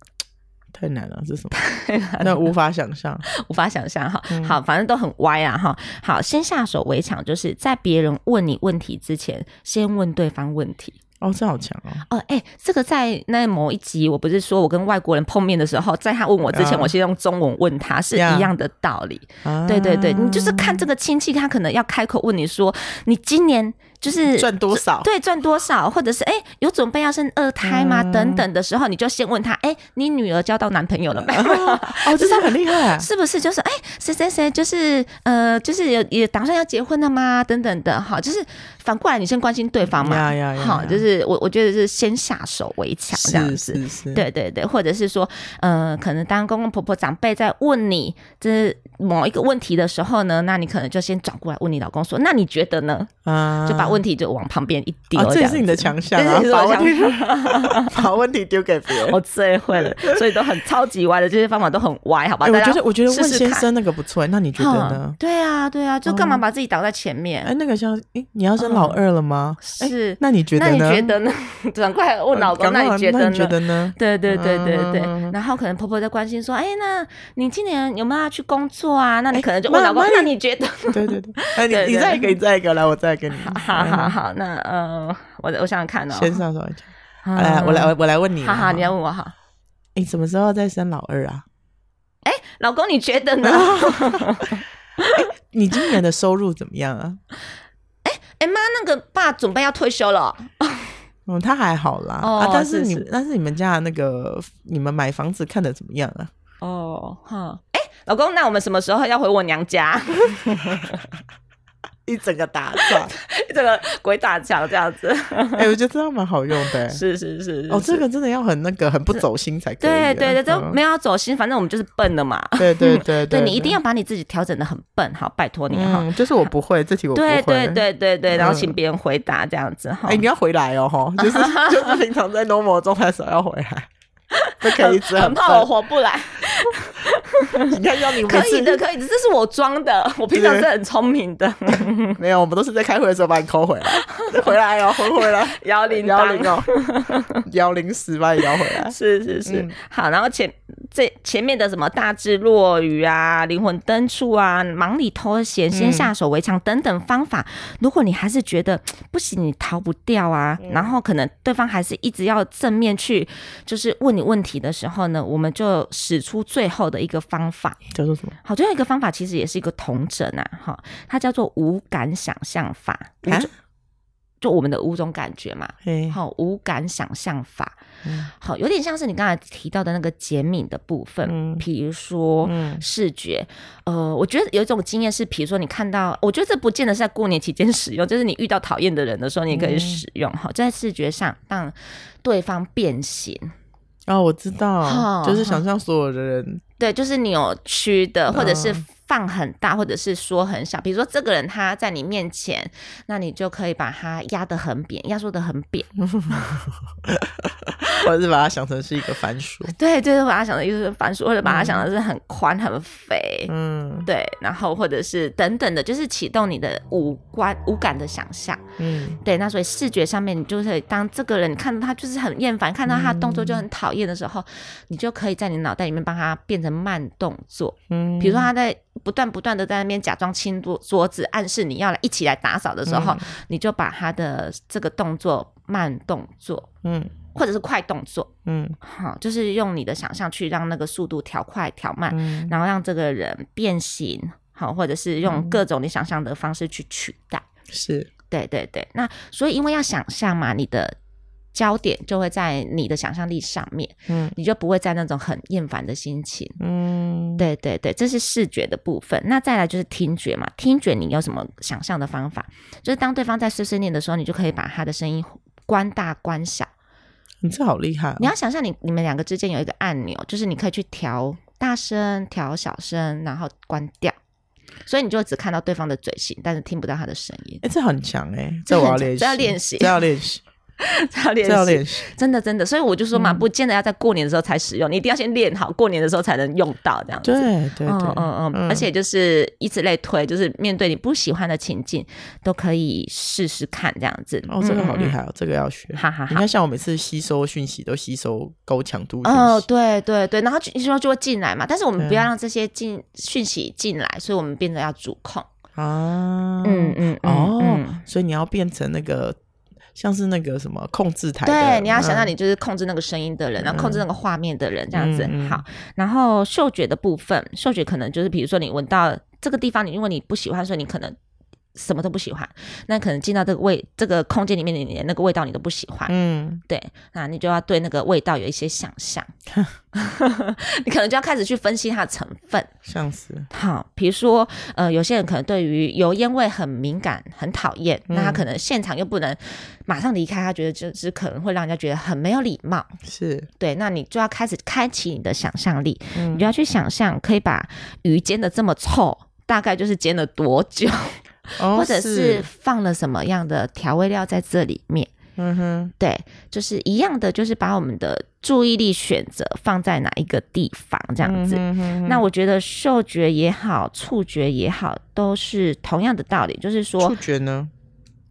[SPEAKER 2] [LAUGHS]
[SPEAKER 1] 太难了，这是什 [LAUGHS] 么？那无法想象，
[SPEAKER 2] 无法想象哈。
[SPEAKER 1] 嗯
[SPEAKER 2] 好，反正都很歪啊哈。好，先下手为强，就是在别人问你问题之前，先问对方问题。
[SPEAKER 1] 哦，这好强哦，
[SPEAKER 2] 哦，哎、这个在那某一集，我不是说我跟外国人碰面的时候，在他问我之前，
[SPEAKER 1] 嗯
[SPEAKER 2] 我先用中文问他，是
[SPEAKER 1] 呀
[SPEAKER 2] 一样的道理。
[SPEAKER 1] 啊
[SPEAKER 2] 对对对，你就是看这个亲戚，他可能要开口问你说，你今年就是
[SPEAKER 1] 赚多少？
[SPEAKER 2] 对，赚多少，或者是哎、有准备要生二胎吗？
[SPEAKER 1] 嗯
[SPEAKER 2] 等等的时候，你就先问他，哎、你女儿交到男朋友了
[SPEAKER 1] [LAUGHS]
[SPEAKER 2] 没？
[SPEAKER 1] 哦，这是很厉害，
[SPEAKER 2] 是不是就是哎，谁谁谁就是呃，就是有也打算要结婚了吗？等等的，哈，就是反过来你先关心对方嘛
[SPEAKER 1] 嗯呀呀呀，
[SPEAKER 2] 好，
[SPEAKER 1] 呀
[SPEAKER 2] 就是我我觉得是先下手为强这样
[SPEAKER 1] 是
[SPEAKER 2] 子。
[SPEAKER 1] 是是，
[SPEAKER 2] 对对对，或者是说，呃，可能当公公婆婆长辈在问你这某一个问题的时候呢，那你可能就先转过来问你老公说，那你觉得呢？
[SPEAKER 1] 啊，
[SPEAKER 2] 就把问题就往旁边一丢、
[SPEAKER 1] 啊，这也
[SPEAKER 2] 样
[SPEAKER 1] 是你的
[SPEAKER 2] 子
[SPEAKER 1] 强项啊
[SPEAKER 2] 这是，
[SPEAKER 1] 把
[SPEAKER 2] 我
[SPEAKER 1] 问
[SPEAKER 2] 的 [LAUGHS]
[SPEAKER 1] 题
[SPEAKER 2] 强项。
[SPEAKER 1] [LAUGHS] 把问题丢给别
[SPEAKER 2] [LAUGHS]
[SPEAKER 1] 人。
[SPEAKER 2] 我最哦会了，所以都很超级歪的，这些方法都很歪，好吧？
[SPEAKER 1] 哎，我
[SPEAKER 2] 大家
[SPEAKER 1] 觉得我觉得问
[SPEAKER 2] 试试
[SPEAKER 1] 先
[SPEAKER 2] 看
[SPEAKER 1] 生那个不错，那你觉得
[SPEAKER 2] 嗯
[SPEAKER 1] 呢？哦
[SPEAKER 2] 对啊，对啊，就干嘛把自己挡在前面？
[SPEAKER 1] 哎，那个像，哎，你要生老二了吗？哎
[SPEAKER 2] 嗯是，
[SPEAKER 1] 那你觉
[SPEAKER 2] 那
[SPEAKER 1] 得
[SPEAKER 2] 你
[SPEAKER 1] 呢？呃
[SPEAKER 2] 觉得呢？ [LAUGHS] 转过来问老公，
[SPEAKER 1] 刚
[SPEAKER 2] 那
[SPEAKER 1] 刚
[SPEAKER 2] 你觉得
[SPEAKER 1] 那你觉
[SPEAKER 2] 呢？
[SPEAKER 1] 得呢？
[SPEAKER 2] 对对对对对
[SPEAKER 1] 嗯，
[SPEAKER 2] 然后可能婆婆在关心说：“哎，那你今年有没有要去工作啊？”那你
[SPEAKER 1] 哎
[SPEAKER 2] 可能就问
[SPEAKER 1] 妈
[SPEAKER 2] 老公
[SPEAKER 1] 妈：“
[SPEAKER 2] 那你觉得 [LAUGHS]
[SPEAKER 1] 对对对，哎，
[SPEAKER 2] 对
[SPEAKER 1] 你你
[SPEAKER 2] 对。
[SPEAKER 1] 再一个，你再一个，来，我再给你？”
[SPEAKER 2] [LAUGHS] 好好好，那呃，我我想想看哦，
[SPEAKER 1] 先上手一下，
[SPEAKER 2] 嗯
[SPEAKER 1] 好来，我来，，我来问你。
[SPEAKER 2] 好好，你来问我哈，
[SPEAKER 1] 你什么时候再生老二啊？
[SPEAKER 2] 老公你觉得呢？
[SPEAKER 1] 你今年的收入怎么样啊？
[SPEAKER 2] 哎妈，那个爸准备要退休了哦，
[SPEAKER 1] 嗯，他还好啦。
[SPEAKER 2] 哦
[SPEAKER 1] 啊，但是
[SPEAKER 2] 是
[SPEAKER 1] 你
[SPEAKER 2] 是
[SPEAKER 1] 但是你们家的那个你们买房子看的怎么样啊？
[SPEAKER 2] 哦，哈，哎、老公，那我们什么时候要回我娘家？
[SPEAKER 1] [LAUGHS]
[SPEAKER 2] [LAUGHS]
[SPEAKER 1] 一整个打岔，
[SPEAKER 2] 这个鬼打墙这样 [LAUGHS] 子，
[SPEAKER 1] [LAUGHS] 哎，我觉得这样蛮好用的。
[SPEAKER 2] [LAUGHS] 是是是
[SPEAKER 1] 哦，
[SPEAKER 2] 是
[SPEAKER 1] 这个真的要很那个，很不走心才可以啊。
[SPEAKER 2] 对对对，都
[SPEAKER 1] 嗯
[SPEAKER 2] 没有要走心，反正我们就是笨的嘛。
[SPEAKER 1] 对对对
[SPEAKER 2] [LAUGHS] 对你一定要把你自己调整的很笨，好，拜托你哈。
[SPEAKER 1] 嗯，就是我不会这题我不
[SPEAKER 2] 对
[SPEAKER 1] 会。
[SPEAKER 2] 对对对对，然后
[SPEAKER 1] 嗯
[SPEAKER 2] 请别人回答这样子哈
[SPEAKER 1] 哎、。你要回来哦，吼，
[SPEAKER 2] [LAUGHS]
[SPEAKER 1] 就是就是平常在 normal 状态的时候要回来，不可以一直
[SPEAKER 2] 很
[SPEAKER 1] 笨
[SPEAKER 2] 怕我活不来，
[SPEAKER 1] 你看，要你每
[SPEAKER 2] 可以
[SPEAKER 1] 次
[SPEAKER 2] 的，可以的，这是我装的，我平常是很聪
[SPEAKER 1] [LAUGHS]
[SPEAKER 2] 明的。
[SPEAKER 1] 没有，我们都是在开会的时候把你抠回来，
[SPEAKER 2] [LAUGHS]
[SPEAKER 1] 回来哦，回回来，
[SPEAKER 2] 摇铃
[SPEAKER 1] 幺
[SPEAKER 2] 铛
[SPEAKER 1] 零，哦，幺零十把你摇回来。
[SPEAKER 2] [LAUGHS] 是是是，
[SPEAKER 1] 嗯
[SPEAKER 2] 好，然后前这前面的什么大智若愚啊、灵魂灯处啊、忙里偷闲、
[SPEAKER 1] 嗯
[SPEAKER 2] 先下手为强等等方法，如果你还是觉得嘖不行，你逃不掉啊，
[SPEAKER 1] 嗯
[SPEAKER 2] 然后可能对方还是一直要正面去就是问你问题的时候呢，我们就使出最后的一个方法。
[SPEAKER 1] [LAUGHS] 叫做什么？
[SPEAKER 2] 好，最后一个方法其实也是一个同整啊，哈，它叫做无感想象法，五
[SPEAKER 1] 啊
[SPEAKER 2] 种就我们的五种感觉嘛，
[SPEAKER 1] 嘿，
[SPEAKER 2] 好，无感想象法
[SPEAKER 1] 嗯，
[SPEAKER 2] 好，有点像是你刚才提到的那个减敏的部分
[SPEAKER 1] 嗯，
[SPEAKER 2] 比如说
[SPEAKER 1] 嗯
[SPEAKER 2] 视觉，呃，我觉得有一种经验是，比如说你看到，我觉得这不见得是在过年期间使用，就是 [LAUGHS] 你遇到讨
[SPEAKER 1] 嗯
[SPEAKER 2] 厌的人的时候，你也可以使用哈，在视觉上让对方变形，
[SPEAKER 1] 哦，我知道，
[SPEAKER 2] 哦
[SPEAKER 1] 就是想象所有的
[SPEAKER 2] [LAUGHS]
[SPEAKER 1] 人，
[SPEAKER 2] 对，就是扭曲的，或者是
[SPEAKER 1] 嗯
[SPEAKER 2] 放很大，或者是缩很小。比如说这个人他在你面前，那你就可以把他压得很扁，压缩得很扁。
[SPEAKER 1] 或者是把它想成是一个番薯。
[SPEAKER 2] [LAUGHS] 对，就是把他想的就是反缩，或者把他想的是很宽、很肥。
[SPEAKER 1] 嗯
[SPEAKER 2] 对，然后或者是等等的，就是启动你的五官五感的想象。
[SPEAKER 1] 嗯，
[SPEAKER 2] 对，那所以视觉上面，你就是当这个人你看到他就是很厌烦，看到他的动作
[SPEAKER 1] 嗯
[SPEAKER 2] 就很讨厌的时候，你就可以在你脑袋里面帮他变成慢动作。
[SPEAKER 1] 嗯
[SPEAKER 2] 比如说他在不断不断的在那边假装清桌桌子，暗示你要来一起来打扫的时候，
[SPEAKER 1] 嗯
[SPEAKER 2] 你就把他的这个动作慢动作
[SPEAKER 1] 嗯
[SPEAKER 2] 或者是快动作，
[SPEAKER 1] 嗯
[SPEAKER 2] 哈、就是用你的想象去让那个速度调快调慢，
[SPEAKER 1] 嗯
[SPEAKER 2] 然后让这个人变形，好，或者是用各种你想象的方式去取代。
[SPEAKER 1] 是
[SPEAKER 2] 对对对，那所以因为要想象嘛，你的焦点就会在你的想象力上面，
[SPEAKER 1] 嗯
[SPEAKER 2] 你就不会在那种很厌烦的心情。
[SPEAKER 1] 嗯
[SPEAKER 2] 对对对，这是视觉的部分。那再来就是听觉嘛，听觉你有什么想象的方法？就是当对方在碎碎念的时候，你就可以把他的声音关大关小。
[SPEAKER 1] 你这好厉害哦，
[SPEAKER 2] 你要想象你你们两个之间有一个按钮，就是你可以去调大声、调小声，然后关掉。所以你就只看到对方的嘴型，但是听不到他的声 [LAUGHS] 音。
[SPEAKER 1] 哎，这很强哎，
[SPEAKER 2] 这
[SPEAKER 1] 我
[SPEAKER 2] 很
[SPEAKER 1] 要
[SPEAKER 2] 强
[SPEAKER 1] 练习，
[SPEAKER 2] 这要练习
[SPEAKER 1] 这要练习，
[SPEAKER 2] 要 [LAUGHS] 练
[SPEAKER 1] 这要
[SPEAKER 2] 习，
[SPEAKER 1] 练习。
[SPEAKER 2] 真的真的。所以我就说嘛，
[SPEAKER 1] 嗯
[SPEAKER 2] 不见得要在过年的时候才使用，你一定要先练好，过年的时候才能用到这样子。
[SPEAKER 1] 对对对，
[SPEAKER 2] 嗯嗯嗯，而且就是以此类推，就是面对你不喜欢的情境，都可以试试看这样子。
[SPEAKER 1] 哦，这个好厉
[SPEAKER 2] 嗯，
[SPEAKER 1] 害哦，这个要学。
[SPEAKER 2] 嗯嗯哈哈
[SPEAKER 1] 你
[SPEAKER 2] 哈。
[SPEAKER 1] 看，像我每次吸收讯息都吸收高强度讯息，
[SPEAKER 2] 哦，对对对，然后就说就会进来嘛，但是我们不
[SPEAKER 1] 对
[SPEAKER 2] 要让这些进讯息进来，所以我们变得要主控。
[SPEAKER 1] 啊，
[SPEAKER 2] 嗯嗯嗯
[SPEAKER 1] 哦，
[SPEAKER 2] 嗯
[SPEAKER 1] 所以你要变成那个像是那个什么控制台的，
[SPEAKER 2] 对，你要想让
[SPEAKER 1] 嗯
[SPEAKER 2] 你就是控制那个声音的人，然后控制那个画面的人，这样子、
[SPEAKER 1] 嗯嗯
[SPEAKER 2] 好。然后嗅觉的部分，嗅觉可能就是比如说你闻到这个地方，你因为你不喜欢，所以你可能什么都不喜欢。那可能进到这个味这个空间里面，你连那个味道你都不喜欢。
[SPEAKER 1] 嗯
[SPEAKER 2] 对，那你就要对那个味道有一些想
[SPEAKER 1] [LAUGHS]
[SPEAKER 2] 象， [LAUGHS] 你可能就要开始去分析它的成分。
[SPEAKER 1] 像是
[SPEAKER 2] 好，比如说，呃，有些人可能对于油烟味很敏感，很讨厌，那
[SPEAKER 1] 嗯
[SPEAKER 2] 他可能现场又不能马上离开，他觉得这这可能会让人家觉得很没有礼貌。
[SPEAKER 1] 是
[SPEAKER 2] 对，那你就要开始开启你的想象力，
[SPEAKER 1] 嗯
[SPEAKER 2] 你就要去想象可以把鱼煎的这么臭。大概就是煎了多久，
[SPEAKER 1] 哦
[SPEAKER 2] 或者是
[SPEAKER 1] 是
[SPEAKER 2] 放了什么样的调味料在这里面？
[SPEAKER 1] 嗯哼
[SPEAKER 2] 对，就是一样的，就是把我们的注意力选择放在哪一个地方这样子。
[SPEAKER 1] 嗯哼哼
[SPEAKER 2] 那我觉得嗅觉也好，触觉也好，都是同样的道理，就是说
[SPEAKER 1] 触觉呢？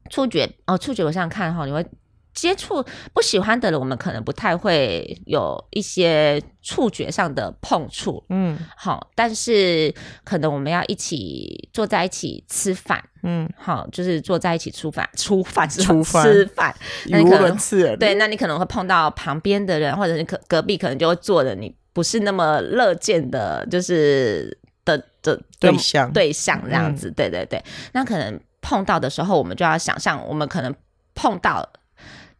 [SPEAKER 2] 触觉哦，触觉我想想看哈、你会接触不喜欢的人，我们可能不太会有一些触觉上的碰触，
[SPEAKER 1] 嗯
[SPEAKER 2] 好，但是可能我们要一起坐在一起吃饭，
[SPEAKER 1] 嗯，
[SPEAKER 2] 好，就是坐在一起吃饭，吃饭是吧
[SPEAKER 1] 出饭
[SPEAKER 2] [LAUGHS] 吃饭，
[SPEAKER 1] 语
[SPEAKER 2] 那你
[SPEAKER 1] 无
[SPEAKER 2] 可能
[SPEAKER 1] 伦次耶，
[SPEAKER 2] 对，那你可能会碰到旁边的人，或者是隔隔壁可能就会坐着你不是那么乐见的，就是的的
[SPEAKER 1] 对
[SPEAKER 2] 的
[SPEAKER 1] 象
[SPEAKER 2] 对象这样
[SPEAKER 1] 嗯
[SPEAKER 2] 子。对对对，那可能碰到的时候，我们就要想象，我们可能碰到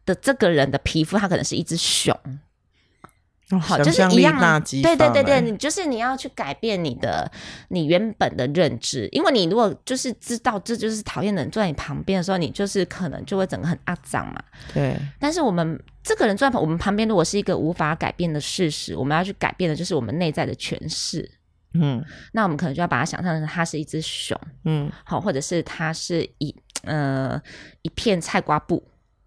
[SPEAKER 2] 的这个人的皮肤，它可能是一只熊，
[SPEAKER 1] 哦
[SPEAKER 2] 好，
[SPEAKER 1] 想
[SPEAKER 2] 就是
[SPEAKER 1] 象
[SPEAKER 2] 一
[SPEAKER 1] 力
[SPEAKER 2] 样啊
[SPEAKER 1] 大。激
[SPEAKER 2] 对对对对，
[SPEAKER 1] 放哎耶
[SPEAKER 2] 你就是你要去改变你的你原本的认知，因为你如果就是知道这就是讨厌的人坐在你旁边的时候，你就是可能就会整个很肮脏嘛。
[SPEAKER 1] 对，
[SPEAKER 2] 但是我们这个人坐在旁我们旁边，如果是一个无法改变的事实，我们要去改变的就是我们内在的诠释。
[SPEAKER 1] 嗯
[SPEAKER 2] 那我们可能就要把它想象成它是一只熊，
[SPEAKER 1] 嗯
[SPEAKER 2] 好，或者是它是一呃一片菜瓜布，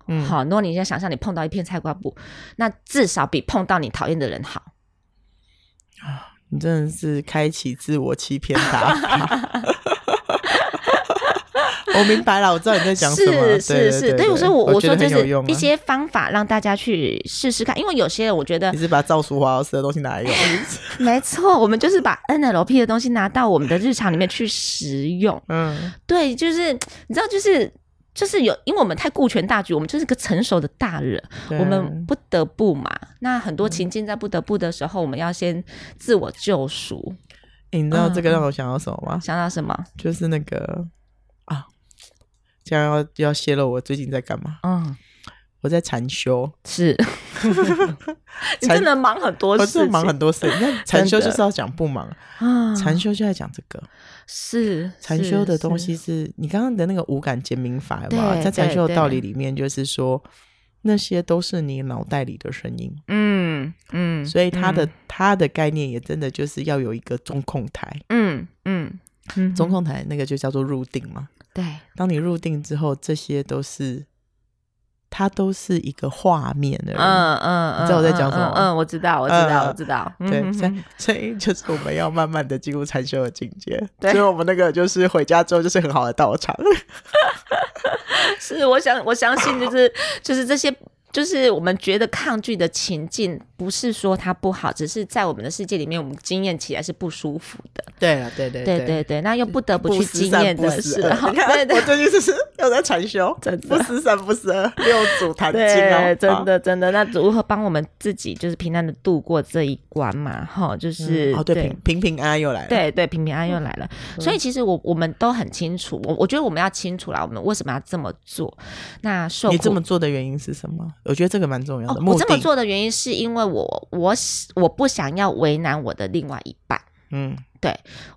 [SPEAKER 1] 嗯，
[SPEAKER 2] 好。如果你现在想象你碰到一片菜瓜布，那至少比碰到你讨厌的人好。
[SPEAKER 1] 你真的是开启自我欺骗打法。
[SPEAKER 2] [LAUGHS]
[SPEAKER 1] 我明白了，我知道你在讲什么。
[SPEAKER 2] 是
[SPEAKER 1] 对
[SPEAKER 2] 是是，
[SPEAKER 1] 对
[SPEAKER 2] 对，所以我
[SPEAKER 1] 我
[SPEAKER 2] 我
[SPEAKER 1] 觉
[SPEAKER 2] 说
[SPEAKER 1] 得
[SPEAKER 2] 就
[SPEAKER 1] 很有
[SPEAKER 2] 是
[SPEAKER 1] 用啊
[SPEAKER 2] 一些方法让大家去试试看，因为有些人我觉
[SPEAKER 1] [LAUGHS]
[SPEAKER 2] 得
[SPEAKER 1] 你是把赵淑华老师的东西拿来用，
[SPEAKER 2] 哎没错，我们就是把 NLP 的东西拿到我们的日常里面去使用。
[SPEAKER 1] 嗯，
[SPEAKER 2] 对，就是你知道，就是就是有，因为我们太顾全大局，我们就是个成熟的大人，
[SPEAKER 1] 对嗯
[SPEAKER 2] 我们不得不嘛。那很多情境在不得不的时候，我们要先自我救赎。
[SPEAKER 1] 诶你知道这
[SPEAKER 2] 嗯
[SPEAKER 1] 个让我想到什么吗？
[SPEAKER 2] 想到什么？
[SPEAKER 1] 就是那个啊，这样要要泄露我最近在干嘛？
[SPEAKER 2] 嗯，
[SPEAKER 1] 我在禅修， [LAUGHS]
[SPEAKER 2] 是，你真的忙很多
[SPEAKER 1] 我
[SPEAKER 2] 事
[SPEAKER 1] 是
[SPEAKER 2] 情，
[SPEAKER 1] 忙很多事。你
[SPEAKER 2] [LAUGHS]
[SPEAKER 1] 看禅修
[SPEAKER 2] 真的
[SPEAKER 1] 就是要讲不忙，
[SPEAKER 2] 啊，
[SPEAKER 1] 禅修就在讲这个。
[SPEAKER 2] 是
[SPEAKER 1] 禅修的东，西是你刚刚的那个五感减明法有没有啊
[SPEAKER 2] 对
[SPEAKER 1] 在禅修的
[SPEAKER 2] 对
[SPEAKER 1] 道理里面，就是说那些都是你脑袋里的声音，
[SPEAKER 2] 嗯嗯，
[SPEAKER 1] 所以它的、
[SPEAKER 2] 嗯
[SPEAKER 1] 它的概念也真的就是要有一个中控台，
[SPEAKER 2] 嗯嗯嗯，
[SPEAKER 1] 中控台那个就叫做入定嘛。
[SPEAKER 2] 对，
[SPEAKER 1] 当你入定之后，这些都是它都是一个画面而已。
[SPEAKER 2] 嗯嗯，嗯
[SPEAKER 1] 你知道我在讲什么吗
[SPEAKER 2] 嗯，嗯我知道，我知道，
[SPEAKER 1] 嗯
[SPEAKER 2] 我知道。
[SPEAKER 1] 对，
[SPEAKER 2] 嗯
[SPEAKER 1] 所以所以就是我们要慢慢的进入禅修的境界，
[SPEAKER 2] 对
[SPEAKER 1] 所以我们那个就是回家之后就是很好的道场， [LAUGHS]
[SPEAKER 2] 是，我想我相信就是就是这些。就是我们觉得抗拒的情境，不是说它不好，只是在我们的世界里面，我们经验起来是不舒服的。
[SPEAKER 1] 对了，对对
[SPEAKER 2] 对对对，那又不得不去
[SPEAKER 1] 思
[SPEAKER 2] 经
[SPEAKER 1] 善
[SPEAKER 2] 验
[SPEAKER 1] 不
[SPEAKER 2] 的
[SPEAKER 1] 思
[SPEAKER 2] 时
[SPEAKER 1] 恶
[SPEAKER 2] [LAUGHS] 候，
[SPEAKER 1] 你看
[SPEAKER 2] 对对
[SPEAKER 1] 我最近就是又在禅修，
[SPEAKER 2] [LAUGHS] 真的
[SPEAKER 1] 不思三不思二，六祖坛经哦
[SPEAKER 2] 对，，真
[SPEAKER 1] 好
[SPEAKER 2] 的真的，那如何帮我们自己就是平安的度过这一关嘛？哈，就是、
[SPEAKER 1] 哦，对，平嗯平平安安又来了，，
[SPEAKER 2] 对对，平平安安又来了。所以其实我我们都很清楚，我我觉得我们要清楚啦，我们为什么要这么做？那受苦
[SPEAKER 1] 你这么做的原因是什么？我觉得这个蛮重要
[SPEAKER 2] 哦
[SPEAKER 1] 的，，
[SPEAKER 2] 我
[SPEAKER 1] 目
[SPEAKER 2] 这
[SPEAKER 1] 的，
[SPEAKER 2] 么做的原因是因为我我喜我不想要为难我的另外一半。
[SPEAKER 1] 嗯，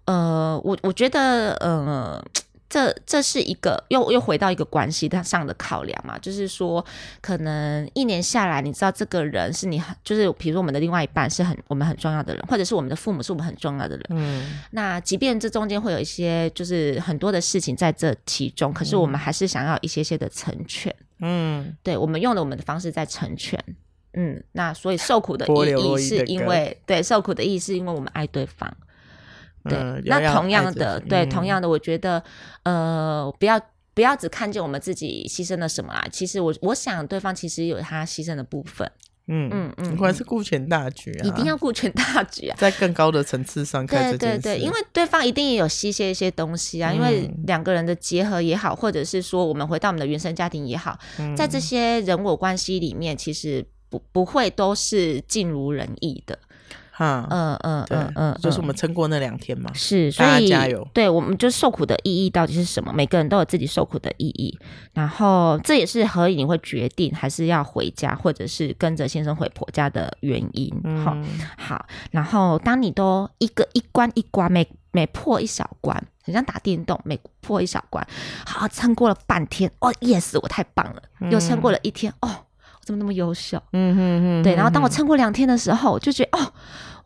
[SPEAKER 2] 呃，我我觉得，呃，这这是一个又又回到一个关系上的考量嘛，就是说，可能一年下来，你知道这个人是你很，就是比如说我们的另外一半是很我们很重要的人，或者是我们的父母是我们很重要的人。
[SPEAKER 1] 嗯，
[SPEAKER 2] 那即便这中间会有一些就是很多的事情在这其中，可是我们还是想要一些些的成全，
[SPEAKER 1] 嗯，
[SPEAKER 2] 对我们用了我们的方式在成全。嗯，那所以受苦的
[SPEAKER 1] 波
[SPEAKER 2] 意
[SPEAKER 1] 流洛
[SPEAKER 2] 义
[SPEAKER 1] 伊
[SPEAKER 2] 是
[SPEAKER 1] 的
[SPEAKER 2] 因
[SPEAKER 1] 歌
[SPEAKER 2] 为对受苦的意义是因为我们爱对方，对，
[SPEAKER 1] 嗯要
[SPEAKER 2] 那
[SPEAKER 1] 要
[SPEAKER 2] 同
[SPEAKER 1] 爱
[SPEAKER 2] 样
[SPEAKER 1] 自
[SPEAKER 2] 的，
[SPEAKER 1] 己
[SPEAKER 2] 对，
[SPEAKER 1] 嗯
[SPEAKER 2] 同样的，我觉得，呃，不要不要只看见我们自己牺牲了什么啦。啊其实我我想，对方其实有他牺牲的部分，
[SPEAKER 1] 嗯
[SPEAKER 2] 嗯嗯
[SPEAKER 1] 你果然是顾全大局啊，
[SPEAKER 2] 一定要顾全大局啊。
[SPEAKER 1] 在更高的层次上 [LAUGHS] 看
[SPEAKER 2] 对
[SPEAKER 1] 这
[SPEAKER 2] 对
[SPEAKER 1] 件事，
[SPEAKER 2] 对，因为对方一定也有吸些一些东西啊，因为
[SPEAKER 1] 嗯
[SPEAKER 2] 两个人的结合也好，或者是说我们回到我们的原生家庭也好，
[SPEAKER 1] 嗯
[SPEAKER 2] 在这些人我关系里面，其实不不会都是尽如人意的。
[SPEAKER 1] 哈，
[SPEAKER 2] 嗯嗯
[SPEAKER 1] 对
[SPEAKER 2] 嗯嗯，
[SPEAKER 1] 就是我
[SPEAKER 2] 嗯
[SPEAKER 1] 们撑过那两天嘛，
[SPEAKER 2] 是，所
[SPEAKER 1] 大家
[SPEAKER 2] 以
[SPEAKER 1] 加油
[SPEAKER 2] 对我们就受苦的意义到底是什么？每个人都有自己受苦的意义，然后这也是何以你会决定还是要回家，或者是跟着先生回婆家的原因。好、
[SPEAKER 1] 嗯
[SPEAKER 2] 好，然后当你都一个一关一关，每每破一小关，很像打电动，每破一小关，好撑过了半天，哦，yes，我太棒了，又撑过了一天，哦，我怎么那么优秀？
[SPEAKER 1] 嗯嗯嗯，
[SPEAKER 2] 对，然后当我
[SPEAKER 1] 嗯
[SPEAKER 2] 撑过两天的时候，我就觉得哦，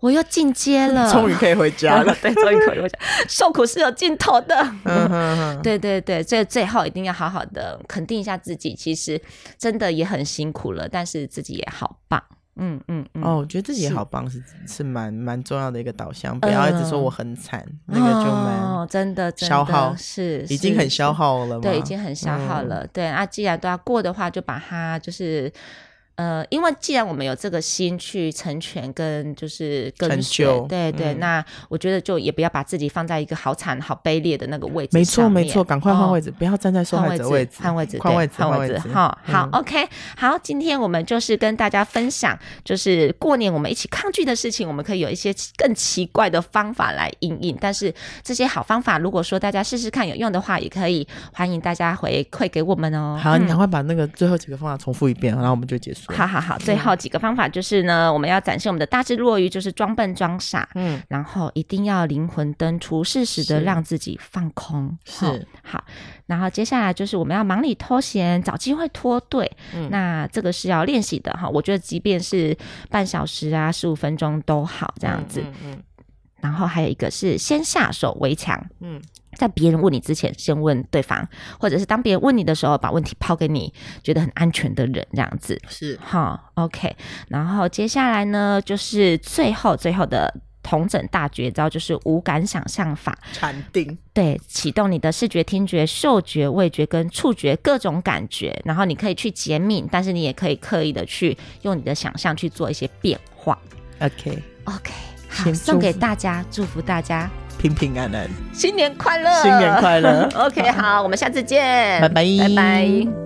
[SPEAKER 2] 我又进阶
[SPEAKER 1] [LAUGHS]
[SPEAKER 2] 了，，
[SPEAKER 1] 终于可以回家了
[SPEAKER 2] [LAUGHS] 对，终于可以回家，受苦是有尽头的。
[SPEAKER 1] 嗯哼哼
[SPEAKER 2] 对对对，所以最后一定要好好的肯定一下自己，其实真的也很辛苦了，但是自己也好棒。嗯嗯嗯，
[SPEAKER 1] 哦，我觉得自己
[SPEAKER 2] 是
[SPEAKER 1] 好棒是是蛮蛮重要的一个导向，不要一直说我很惨，那个就
[SPEAKER 2] 哦
[SPEAKER 1] 蛮
[SPEAKER 2] 真的真的
[SPEAKER 1] 消耗
[SPEAKER 2] 是
[SPEAKER 1] 已经很消
[SPEAKER 2] 耗。
[SPEAKER 1] 耗了嘛，嗯
[SPEAKER 2] 对，已经很消耗了。对，啊，既然都要过的话，就把它就是。呃，因为既然我们有这个心去成全跟就是跟
[SPEAKER 1] 成
[SPEAKER 2] 随
[SPEAKER 1] 就，
[SPEAKER 2] 对对，
[SPEAKER 1] 嗯
[SPEAKER 2] 那我觉得就也不要把自己放在一个好惨好卑劣的那个位置
[SPEAKER 1] 没错
[SPEAKER 2] 上
[SPEAKER 1] 没
[SPEAKER 2] 面
[SPEAKER 1] 错，赶快换
[SPEAKER 2] 哦
[SPEAKER 1] 位置，不要站在受
[SPEAKER 2] 换
[SPEAKER 1] 害
[SPEAKER 2] 位
[SPEAKER 1] 者
[SPEAKER 2] 置，
[SPEAKER 1] 位置，
[SPEAKER 2] 换位置，
[SPEAKER 1] 换
[SPEAKER 2] 对
[SPEAKER 1] 位置，
[SPEAKER 2] 换
[SPEAKER 1] 位
[SPEAKER 2] 置
[SPEAKER 1] 置，，
[SPEAKER 2] 哈，好
[SPEAKER 1] 嗯
[SPEAKER 2] ，OK，好，今天我们就是跟大家分享，就是过年我们一起抗拒的事情，我们可以有一些更奇怪的方法来应应，但是这些好方法，如果说大家试试看有用的话，也可以欢迎大家回馈给我们哦。
[SPEAKER 1] 好，你
[SPEAKER 2] 嗯
[SPEAKER 1] 赶快把那个最后几个方法重复一遍，然后我们就结束。
[SPEAKER 2] 好，好好，最
[SPEAKER 1] 嗯
[SPEAKER 2] 后几个方法就是呢，我们要展现我们的大智若愚，就是装笨装傻，
[SPEAKER 1] 嗯，
[SPEAKER 2] 然后一定要灵魂登出，适时的
[SPEAKER 1] 是
[SPEAKER 2] 让自己放空。
[SPEAKER 1] 是
[SPEAKER 2] 好好，然后接下来就是我们要忙里偷闲，找机会脱队。
[SPEAKER 1] 嗯
[SPEAKER 2] 那这个是要练习的哈。我觉得即便是半小时啊、十五分钟都好
[SPEAKER 1] 这
[SPEAKER 2] 这样子。
[SPEAKER 1] 嗯嗯
[SPEAKER 2] 然后还有一个是先下手为强。
[SPEAKER 1] 嗯，
[SPEAKER 2] 在别人问你之前，先问对方，或者是当别人问你的时候，把问题抛给你觉得很安全的人，这样子。
[SPEAKER 1] 是
[SPEAKER 2] 好，OK。然后接下来呢，就是最后最后的同整大绝招，就是五感想象法。
[SPEAKER 1] 禅定，
[SPEAKER 2] 对，启动你的视觉、听觉、嗅觉、味觉跟触觉各种感觉，然后你可以去减敏，但是你也可以刻意的去用你的想象去做一些变化。
[SPEAKER 1] OK，
[SPEAKER 2] OK，好，
[SPEAKER 1] 先
[SPEAKER 2] 送给
[SPEAKER 1] 祝福
[SPEAKER 2] 大家，祝福大家
[SPEAKER 1] 平平安安，
[SPEAKER 2] 新年快乐， [LAUGHS]
[SPEAKER 1] 新年快乐
[SPEAKER 2] OK，好，我们下次见，
[SPEAKER 1] 拜拜
[SPEAKER 2] 拜拜。